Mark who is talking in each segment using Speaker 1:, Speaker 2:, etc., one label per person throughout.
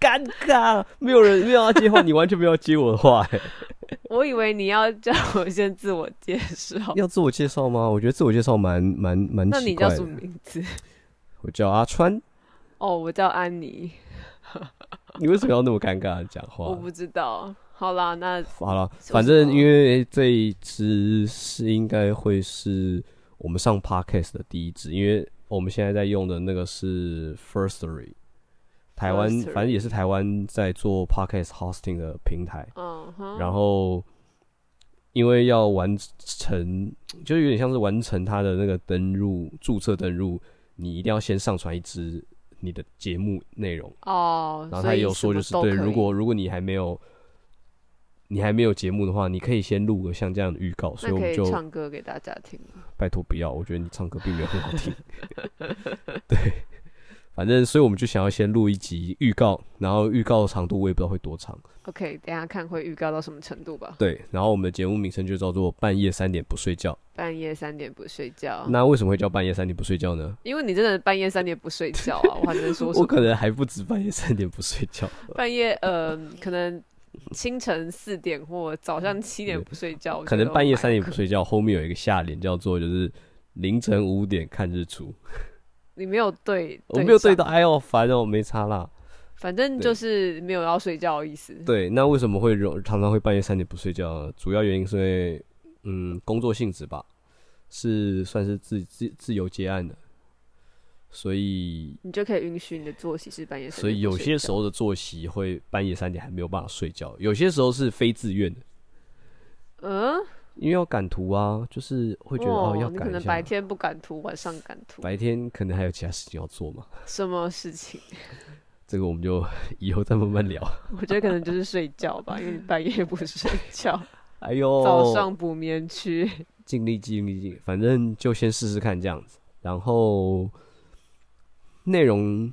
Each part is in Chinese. Speaker 1: 尴尬，没有人没有要接话，你完全没有要接我的 话、哎
Speaker 2: 我以为你要叫我先自我介 绍，
Speaker 1: 要自我介绍吗？我觉得自我介绍蛮蛮蛮
Speaker 2: 那
Speaker 1: 奇
Speaker 2: 你
Speaker 1: 怪
Speaker 2: 叫什
Speaker 1: 的
Speaker 2: 么。名字？
Speaker 1: 我叫阿川，
Speaker 2: 哦，我叫安妮，
Speaker 1: 你为什么要那么尴尬的讲
Speaker 2: 我
Speaker 1: 话？
Speaker 2: 不知道。好啦，那
Speaker 1: 好了，
Speaker 2: 什
Speaker 1: 反正
Speaker 2: 么
Speaker 1: 因为这一支是应该会是我们上 podcast 的第一支，因为我们现在在用的那个是 Firstory，台湾
Speaker 2: Firstory
Speaker 1: 反正也是台湾在做 podcast hosting 的平台。
Speaker 2: 嗯哼，
Speaker 1: 然后因为要完成，就是有点像是完成它的那个登录注册登录，你一定要先上传一支你的节目内容。
Speaker 2: 哦，
Speaker 1: 然后
Speaker 2: 所
Speaker 1: 他也
Speaker 2: 以
Speaker 1: 有
Speaker 2: 什
Speaker 1: 说，就
Speaker 2: 么
Speaker 1: 是
Speaker 2: 都
Speaker 1: 对，
Speaker 2: 可
Speaker 1: 如
Speaker 2: 以
Speaker 1: 果如果你还没有你还没有节目的话，你可以先录个像这样的预告，所以
Speaker 2: 那
Speaker 1: 我
Speaker 2: 可
Speaker 1: 们
Speaker 2: 以
Speaker 1: 就
Speaker 2: 唱歌给大家听。
Speaker 1: 拜托不要，我觉得你唱歌并没有很好 听。对，反正所以我们就想要先录一集预告，然后预告的长度我也不知道会多长。
Speaker 2: OK，等一下看会预告到什么程度吧。
Speaker 1: 对，然后我们的节目名称就叫做“半夜三点不睡觉”
Speaker 2: 半夜三点不睡觉，
Speaker 1: 那为什么会叫半夜三点不睡觉呢？
Speaker 2: 因为你真的半夜三点不睡觉啊，我还能说什
Speaker 1: 我
Speaker 2: 么？
Speaker 1: 可能还不止 半夜三点不睡觉。
Speaker 2: 半夜呃，可能清晨四点或早上七点不睡觉，我
Speaker 1: 嗯可
Speaker 2: 觉
Speaker 1: 能
Speaker 2: 得
Speaker 1: 半夜
Speaker 2: 我还
Speaker 1: 三点
Speaker 2: 可
Speaker 1: 不睡觉，后面有一个下联叫做就是凌晨五点看日出。
Speaker 2: 你没有对，
Speaker 1: 我没有对
Speaker 2: 上
Speaker 1: 到，，哎呦烦哦，没差啦。
Speaker 2: 反正
Speaker 1: 对
Speaker 2: 就是没有要睡觉的意思。
Speaker 1: 对，那为什么会容常常会半夜三点不睡觉呢？主要原因是因为，嗯，工作性质吧，是算是自自自由接案的，所以
Speaker 2: 你就可以允许你的作息是半夜三点不
Speaker 1: 所
Speaker 2: 睡觉。
Speaker 1: 以有些时候的作息会半夜三点还没有办法睡觉，有些时候是非自愿的，
Speaker 2: 嗯，
Speaker 1: 因为要赶图啊，就是会觉得哦要
Speaker 2: 你
Speaker 1: 赶
Speaker 2: 可
Speaker 1: 一
Speaker 2: 能
Speaker 1: 下，
Speaker 2: 白天不敢涂，晚上敢涂，
Speaker 1: 白天可能还有其他事情要做嘛，
Speaker 2: 什么事情？
Speaker 1: 这个我们就以后再慢慢聊。
Speaker 2: 我觉得可能就是睡觉吧，因为你半夜不睡觉，
Speaker 1: 哎呦，
Speaker 2: 早上补眠区。
Speaker 1: 尽力尽力尽力，反正就先试试看这样子。然后内容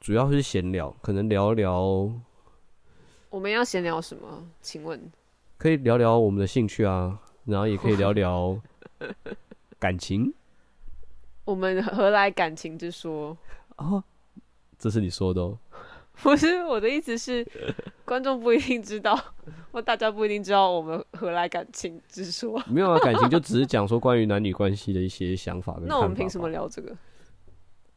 Speaker 1: 主要是闲聊，可能聊聊，
Speaker 2: 我们要闲聊什么？请问
Speaker 1: 可以聊聊我们的兴趣啊，然后也可以聊 聊感情
Speaker 2: 我们何来感情之说？
Speaker 1: 哦。这是你说的哦，
Speaker 2: 不是我的意 思是，观众不一定知道，或大家不一定知道我们何来感情之说。
Speaker 1: 没有啊，感情就只是讲说关于男女关系的一些想法跟
Speaker 2: 那我
Speaker 1: 看
Speaker 2: 们
Speaker 1: 法
Speaker 2: 凭什
Speaker 1: 吧
Speaker 2: 么聊这个？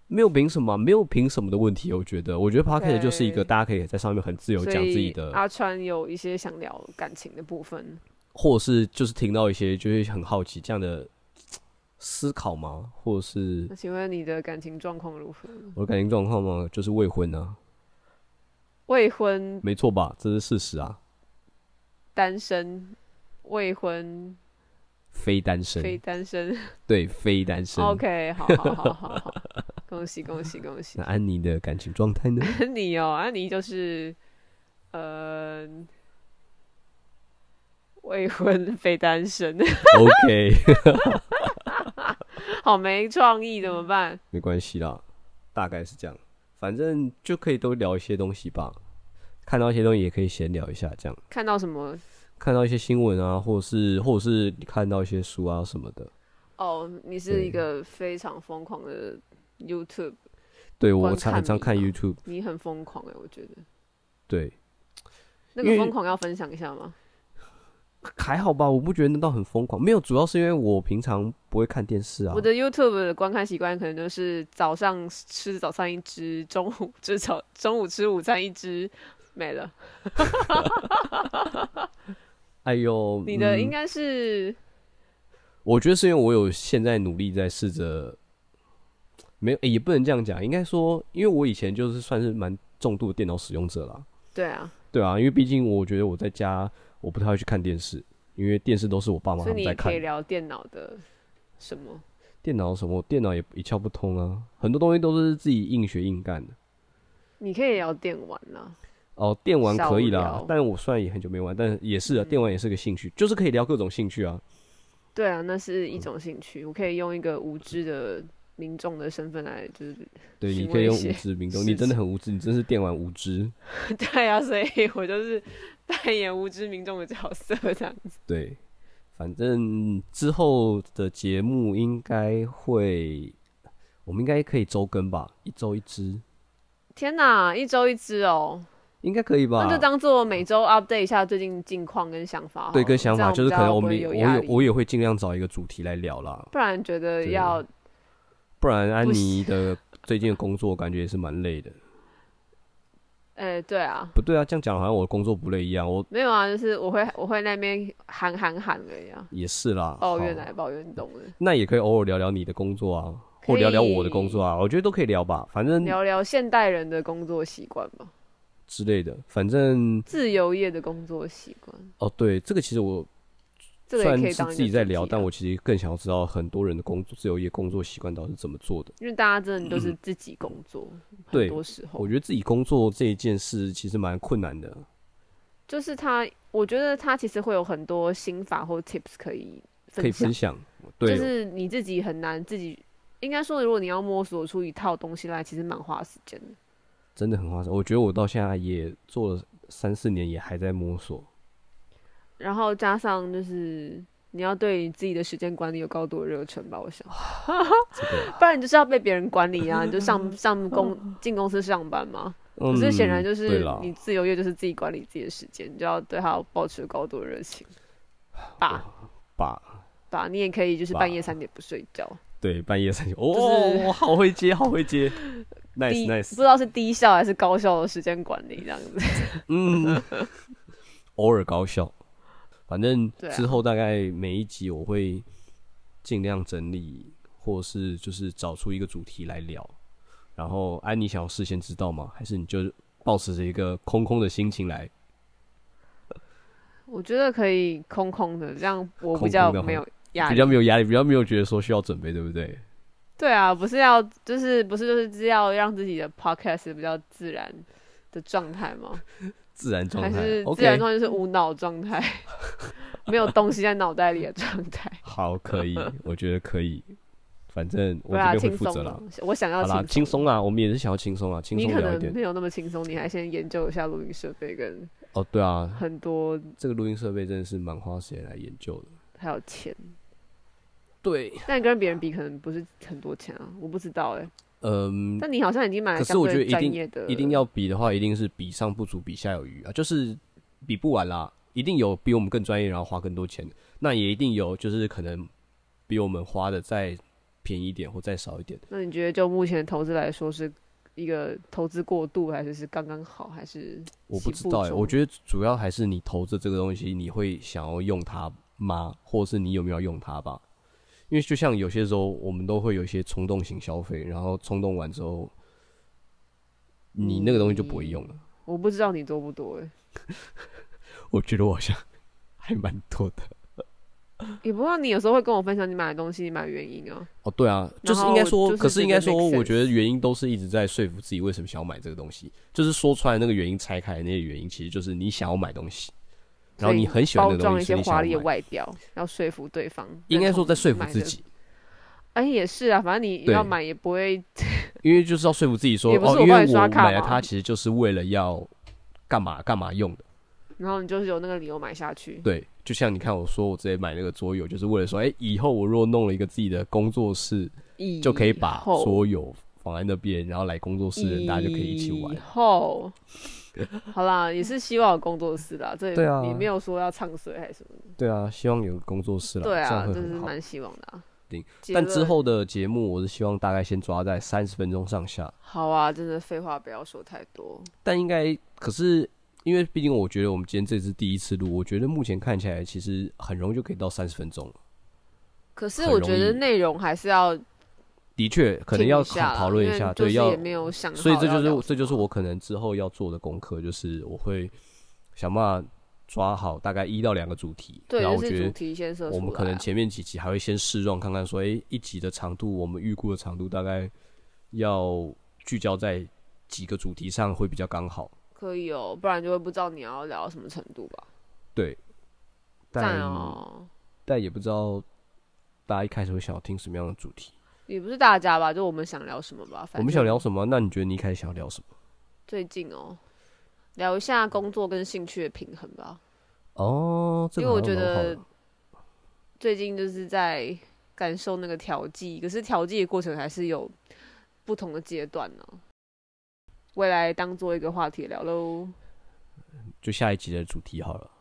Speaker 1: 没有凭什么啊、没有凭什么的问题，我觉得，我觉得 p o c a s t 就是一个
Speaker 2: OK
Speaker 1: 大家可以在上面很自由
Speaker 2: 所
Speaker 1: 讲自己
Speaker 2: 以啊
Speaker 1: 的，
Speaker 2: 阿川有一些想聊感情的部分，
Speaker 1: 或者是就是听到一些就会很好奇这样的思考吗？或者是
Speaker 2: 那请问你的感情状况如何？
Speaker 1: 我的感情状况吗？就是未婚啊，
Speaker 2: 未婚、
Speaker 1: 没错吧？这是事实啊，
Speaker 2: 单身、未婚、
Speaker 1: 非单身，
Speaker 2: 非单身。
Speaker 1: 对，非单身。
Speaker 2: OK，好好好好好，恭喜恭喜恭喜
Speaker 1: 那！安妮的感情状态 呢？
Speaker 2: 安妮哦，安妮就是呃未婚非单身，
Speaker 1: OK，
Speaker 2: 好没创意，怎么办？
Speaker 1: 没关系啦，大概是这样，反正就可以都聊一些东西吧，看到一些东西也可以闲聊一下，这样
Speaker 2: 看到什么？
Speaker 1: 看到一些新闻啊，或者是或者是你看到一些书啊什么的。
Speaker 2: 哦，你是一个
Speaker 1: 嗯
Speaker 2: 非常疯狂的 YouTube，
Speaker 1: 对我
Speaker 2: 观
Speaker 1: 常
Speaker 2: 看
Speaker 1: 很常
Speaker 2: 迷
Speaker 1: 看
Speaker 2: 吗
Speaker 1: YouTube，
Speaker 2: 你很疯狂哎、我觉得
Speaker 1: 对，
Speaker 2: 那
Speaker 1: 因
Speaker 2: 个
Speaker 1: 为
Speaker 2: 疯狂要分享一下吗？
Speaker 1: 还好吧，我不觉得那到很疯狂，没有，主要是因为我平常不会看电视啊。
Speaker 2: 我的 YouTube 的观看习惯可能就是早上吃早餐一只，中午吃早中午吃午餐一只，没了。
Speaker 1: 哎呦，
Speaker 2: 你的
Speaker 1: 嗯
Speaker 2: 应该是、
Speaker 1: 我觉得是因为我有现在努力在试着，没有、诶也不能这样讲，应该说，因为我以前就是算是蛮重度的电脑使用者啦，
Speaker 2: 对啊，
Speaker 1: 对啊，因为毕竟我觉得我在家我不太会去看电视，因为电视都是我爸妈他
Speaker 2: 所以
Speaker 1: 们
Speaker 2: 你
Speaker 1: 在
Speaker 2: 也可
Speaker 1: 看
Speaker 2: 以，聊电脑的什么？
Speaker 1: 电脑什么电脑也一窍不通啊，很多东西都是自己硬学硬干的。
Speaker 2: 你可以聊电玩啊，
Speaker 1: 哦，电玩可以
Speaker 2: 少
Speaker 1: 啦
Speaker 2: 聊，
Speaker 1: 但我虽然也很久没玩，但也是啊，
Speaker 2: 嗯
Speaker 1: 电玩也是个兴趣，就是可以聊各种兴趣啊。
Speaker 2: 对啊，那是一种兴趣。我可以用一个无知的民众的身份来，就是
Speaker 1: 对，
Speaker 2: 询
Speaker 1: 你
Speaker 2: 问
Speaker 1: 可以用
Speaker 2: 一些
Speaker 1: 无知民众，
Speaker 2: 事
Speaker 1: 你真的
Speaker 2: 情
Speaker 1: 很无知，你真是电玩无知。
Speaker 2: 对啊，所以我就是扮演无知民众的角色这样子。
Speaker 1: 对，反正之后的节目应该会，我们应该可以周更吧，一周一支。
Speaker 2: 天哪，一周一只哦，
Speaker 1: 应该可以吧
Speaker 2: 那？就当做每周 update 一下最近近况跟想法好了。
Speaker 1: 对，跟想
Speaker 2: 这
Speaker 1: 法
Speaker 2: 样
Speaker 1: 就是可能我
Speaker 2: 比较
Speaker 1: 们也我
Speaker 2: 不会有压
Speaker 1: 也
Speaker 2: 力，
Speaker 1: 我也会尽量找一个主题来聊啦，
Speaker 2: 不然觉得
Speaker 1: 对
Speaker 2: 要
Speaker 1: 不然安
Speaker 2: 不
Speaker 1: 妮的最近的工作感觉也是蛮累的。
Speaker 2: 哎，对啊，
Speaker 1: 不对啊，这样讲好像我工作不累一样，我
Speaker 2: 没有啊，就是我会我会那边喊喊喊而已啊，
Speaker 1: 也是啦。
Speaker 2: 抱
Speaker 1: 哦好
Speaker 2: 怨来抱怨，你懂的。
Speaker 1: 那也可以偶尔聊聊你的工作啊，或
Speaker 2: 可以
Speaker 1: 聊聊我的工作啊，我觉得都可以聊吧，反正
Speaker 2: 聊聊现代人的工作习惯吧，
Speaker 1: 之类的，反正
Speaker 2: 自由业的工作习惯，
Speaker 1: 哦，对，这个其实我
Speaker 2: 这
Speaker 1: 虽
Speaker 2: 个也
Speaker 1: 然
Speaker 2: 可以
Speaker 1: 是
Speaker 2: 当一个
Speaker 1: 自己在
Speaker 2: 主题
Speaker 1: 聊，
Speaker 2: 啊
Speaker 1: 但我其实更想要知道很多人的工作自由业工作习惯到底是怎么做的。
Speaker 2: 因为大家真的都是自己工作，
Speaker 1: 嗯对
Speaker 2: 很多时候
Speaker 1: 我觉得自己工作这一件事其实蛮困难的，
Speaker 2: 就是他，我觉得他其实会有很多心法或 tips 可以
Speaker 1: 可以
Speaker 2: 分享
Speaker 1: 分，享。
Speaker 2: 就
Speaker 1: 对，哦
Speaker 2: 是你自己很难自己，应该说如果你要摸索出一套东西来，其实蛮花时间的。
Speaker 1: 真的很花时间。我觉得我到现在也做了三四年，也还在摸索。
Speaker 2: 然后加上就是你要对你自己的时间管理有高度的热忱吧，我想，
Speaker 1: 这个，
Speaker 2: 不然你就是要被别人管理啊，你就上上公进公司上班嘛。
Speaker 1: 嗯，
Speaker 2: 可是显然就
Speaker 1: 对
Speaker 2: 是
Speaker 1: 啦
Speaker 2: 你自由业就是自己管理自己的时间，你就要对他保持高度的热情。吧
Speaker 1: 吧。
Speaker 2: 吧，你也可以就是
Speaker 1: 吧
Speaker 2: 半夜三点不睡觉，
Speaker 1: 对，半夜三点，
Speaker 2: 就
Speaker 1: 哦，
Speaker 2: 是
Speaker 1: 我好会接，好会 接，nice
Speaker 2: 低
Speaker 1: nice，
Speaker 2: 不知道是低效还是高效的时间管理这样子。
Speaker 1: 嗯，偶尔高效，反正
Speaker 2: 对啊
Speaker 1: 之后大概每一集我会尽量整理，或是就是找出一个主题来聊。然后安妮想要事先知道吗？还是你就保持着一个空空的心情来？
Speaker 2: 我觉得可以空空的，这样我
Speaker 1: 空
Speaker 2: 比较
Speaker 1: 空的
Speaker 2: 没
Speaker 1: 吼
Speaker 2: 有压
Speaker 1: 比
Speaker 2: 力
Speaker 1: 较。没有压力，比较没有觉得说需要准备，对不对？
Speaker 2: 对啊，不是要就是不是就是要让自己的 podcast 比较自然的状态吗？
Speaker 1: 自然 状
Speaker 2: 还
Speaker 1: 态
Speaker 2: 是自然
Speaker 1: ，OK，
Speaker 2: 状态就是无脑状态， 没有东西在脑袋里的状态？
Speaker 1: 好，可 以，我觉得可以。反正我
Speaker 2: 对
Speaker 1: 这
Speaker 2: 啊，
Speaker 1: 边会
Speaker 2: 轻
Speaker 1: 负
Speaker 2: 松
Speaker 1: 责
Speaker 2: 啊
Speaker 1: 了。，
Speaker 2: 我想要
Speaker 1: 好啦，轻
Speaker 2: 轻松
Speaker 1: 松啦，我们也是想要轻松啊，轻
Speaker 2: 你
Speaker 1: 松
Speaker 2: 可
Speaker 1: 聊一
Speaker 2: 能
Speaker 1: 点。
Speaker 2: 没有那么轻松，你还先研究一下录音设备跟
Speaker 1: 哦，对啊，
Speaker 2: 很多
Speaker 1: 这个录音设备真的是蛮花时间来研究的。
Speaker 2: 还有钱，
Speaker 1: 对，
Speaker 2: 但跟别人比可能不是很多钱啊，我不知道哎、
Speaker 1: 嗯，
Speaker 2: 但你好像已经买了
Speaker 1: 可是
Speaker 2: 相
Speaker 1: 我觉得
Speaker 2: 对
Speaker 1: 一
Speaker 2: 专
Speaker 1: 定
Speaker 2: 业的，
Speaker 1: 一定要比的话，一定是比上不足，比下有余啊，就是比不完啦。一定有比我们更专业，然后花更多钱的，那也一定有就是可能比我们花的再便宜一点或再少一点。
Speaker 2: 那你觉得就目前的投资来说，是一个投资过度，还是是刚刚好，还是
Speaker 1: 我不
Speaker 2: 起
Speaker 1: 知
Speaker 2: 步
Speaker 1: 道哎、
Speaker 2: 中
Speaker 1: 我觉得主要还是你投资这个东西，你会想要用它吗？或是你有没有要用它吧？因为就像有些时候我们都会有一些冲动型消费，然后冲动完之后，你那个东西就不会用了。
Speaker 2: 我不知道你多不多哎、
Speaker 1: 我觉得我好像 还蛮多的。
Speaker 2: 也不知道你有时候会跟我分享你买的东西，你买的原因啊，
Speaker 1: 哦，对啊，就
Speaker 2: 然
Speaker 1: 是
Speaker 2: 后
Speaker 1: 应该说，
Speaker 2: 就是
Speaker 1: 可是
Speaker 2: 觉
Speaker 1: 应
Speaker 2: 得
Speaker 1: 该说，
Speaker 2: make
Speaker 1: 我觉得原因都是一直在说服自己为什么想要买这个东西。就是说出来那个原因，拆开那些原因，其实就是你想要买东西，然
Speaker 2: 所
Speaker 1: 后
Speaker 2: 以
Speaker 1: 你很喜欢
Speaker 2: 包
Speaker 1: 那个
Speaker 2: 装
Speaker 1: 东
Speaker 2: 一
Speaker 1: 西，
Speaker 2: 些
Speaker 1: 所以你
Speaker 2: 华
Speaker 1: 想
Speaker 2: 丽
Speaker 1: 要
Speaker 2: 的
Speaker 1: 买。
Speaker 2: 外表，要说服对方，
Speaker 1: 应该
Speaker 2: 认
Speaker 1: 说
Speaker 2: 同
Speaker 1: 在说
Speaker 2: 你
Speaker 1: 服
Speaker 2: 买
Speaker 1: 自
Speaker 2: 的
Speaker 1: 己。，
Speaker 2: 哎、也是啊，反正你
Speaker 1: 对
Speaker 2: 要买也不会，
Speaker 1: 因为就是要说服自己说，
Speaker 2: 也不是
Speaker 1: 哦，
Speaker 2: 我
Speaker 1: 因
Speaker 2: 帮
Speaker 1: 为
Speaker 2: 你刷
Speaker 1: 我
Speaker 2: 卡
Speaker 1: 买了
Speaker 2: 嘛
Speaker 1: 它，其实就是为了要干嘛干嘛用的。
Speaker 2: 然后你就是有那个理由买下去，
Speaker 1: 对，就像你看，我说我之前买那个桌游，就是为了说，哎、以后我如果弄了一个自己的工作室，
Speaker 2: 以
Speaker 1: 就可以把
Speaker 2: 嗯后嗯
Speaker 1: 桌游放在那边，然后来工作室的人大家就可以一起玩
Speaker 2: 以。后好啦，也是希望有工作室啦，这也
Speaker 1: 对啊
Speaker 2: 也没有说要唱衰还是什么的，
Speaker 1: 对啊，希望有个工作室啦，
Speaker 2: 对
Speaker 1: 这
Speaker 2: 啊，
Speaker 1: 样会
Speaker 2: 这是
Speaker 1: 很好。
Speaker 2: 蛮希望的、啊
Speaker 1: 定。
Speaker 2: 结
Speaker 1: 但之
Speaker 2: 论
Speaker 1: 后的节目，我是希望大概先抓在三十分钟上下，
Speaker 2: 好啊，真的废话不要说太多。
Speaker 1: 但应该可是。因为毕竟我觉得我们今天这次第一次录，我觉得目前看起来其实很容易就可以到三十分钟了。
Speaker 2: 可是
Speaker 1: 很
Speaker 2: 我觉
Speaker 1: 容
Speaker 2: 得
Speaker 1: 易
Speaker 2: 内容还是要
Speaker 1: 的确，可能
Speaker 2: 听
Speaker 1: 要
Speaker 2: 一下
Speaker 1: 讨
Speaker 2: 啦
Speaker 1: 讨论
Speaker 2: 因
Speaker 1: 一
Speaker 2: 为
Speaker 1: 下，
Speaker 2: 就
Speaker 1: 对，
Speaker 2: 是
Speaker 1: 要
Speaker 2: 也没有想好
Speaker 1: 所以
Speaker 2: 要
Speaker 1: 这
Speaker 2: 聊什么，
Speaker 1: 就是这就是我可能之后要做的功课，就是我会想办法抓好大概一到两个主题，
Speaker 2: 对，
Speaker 1: 然后我
Speaker 2: 就
Speaker 1: 觉
Speaker 2: 是主
Speaker 1: 得
Speaker 2: 题先设出来啊。
Speaker 1: 我们可能前面几集还会先试用看看说，诶一集的长度，我们预估的长度大概要聚焦在几个主题上会比较刚好，
Speaker 2: 可以哦，不然就会不知道你要聊到什么程度吧。
Speaker 1: 对，
Speaker 2: 赞
Speaker 1: 但、
Speaker 2: 哦，
Speaker 1: 但也不知道大家一开始会想要听什么样的主题，
Speaker 2: 也不是大家吧，就我们想聊什么吧。
Speaker 1: 我
Speaker 2: 反
Speaker 1: 们
Speaker 2: 正
Speaker 1: 想聊什么？那你觉得你一开始想聊什么？
Speaker 2: 最近哦，聊一下工作跟兴趣的平衡吧。
Speaker 1: 哦，这个
Speaker 2: 因为
Speaker 1: 好
Speaker 2: 我
Speaker 1: 像
Speaker 2: 觉
Speaker 1: 蛮好
Speaker 2: 得
Speaker 1: 的
Speaker 2: 最近就是在感受那个调剂，可是调剂的过程还是有不同的阶段呢、未来当做一个话题聊喽。
Speaker 1: 就下一集的主题好了。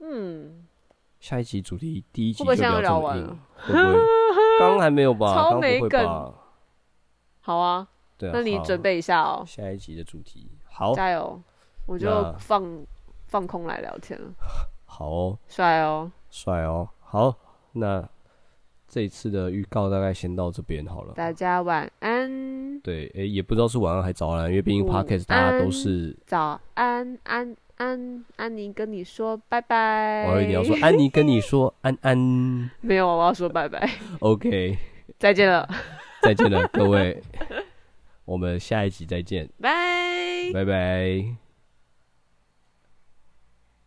Speaker 2: 嗯，
Speaker 1: 下一集主题第一集就
Speaker 2: 会不会现在
Speaker 1: 聊
Speaker 2: 就聊
Speaker 1: 这
Speaker 2: 完
Speaker 1: 么硬
Speaker 2: 了，
Speaker 1: 会不会？刚还没有吧？
Speaker 2: 超
Speaker 1: 刚不
Speaker 2: 没
Speaker 1: 会
Speaker 2: 梗
Speaker 1: 吧？
Speaker 2: 好啊，
Speaker 1: 对啊，
Speaker 2: 那你
Speaker 1: 好
Speaker 2: 准备一下哦，
Speaker 1: 下一集的主题。好，
Speaker 2: 加油！我就
Speaker 1: 那
Speaker 2: 放放空来聊天了，
Speaker 1: 好哦，
Speaker 2: 帅哦，
Speaker 1: 帅哦，好，那这一次的预告大概先到这边好了。
Speaker 2: 大家晚安，
Speaker 1: 对，诶、也不知道是晚上还早安，因为毕竟
Speaker 2: 午
Speaker 1: podcast 大家
Speaker 2: 安
Speaker 1: 都是，
Speaker 2: 早安，安安安妮跟你说拜拜。
Speaker 1: 我还以为你要说安妮跟你说安安
Speaker 2: 没有，我要说拜 拜，
Speaker 1: ，OK，
Speaker 2: 再见了，
Speaker 1: 再见了各位，我们下一集再见，
Speaker 2: 拜。
Speaker 1: 拜拜。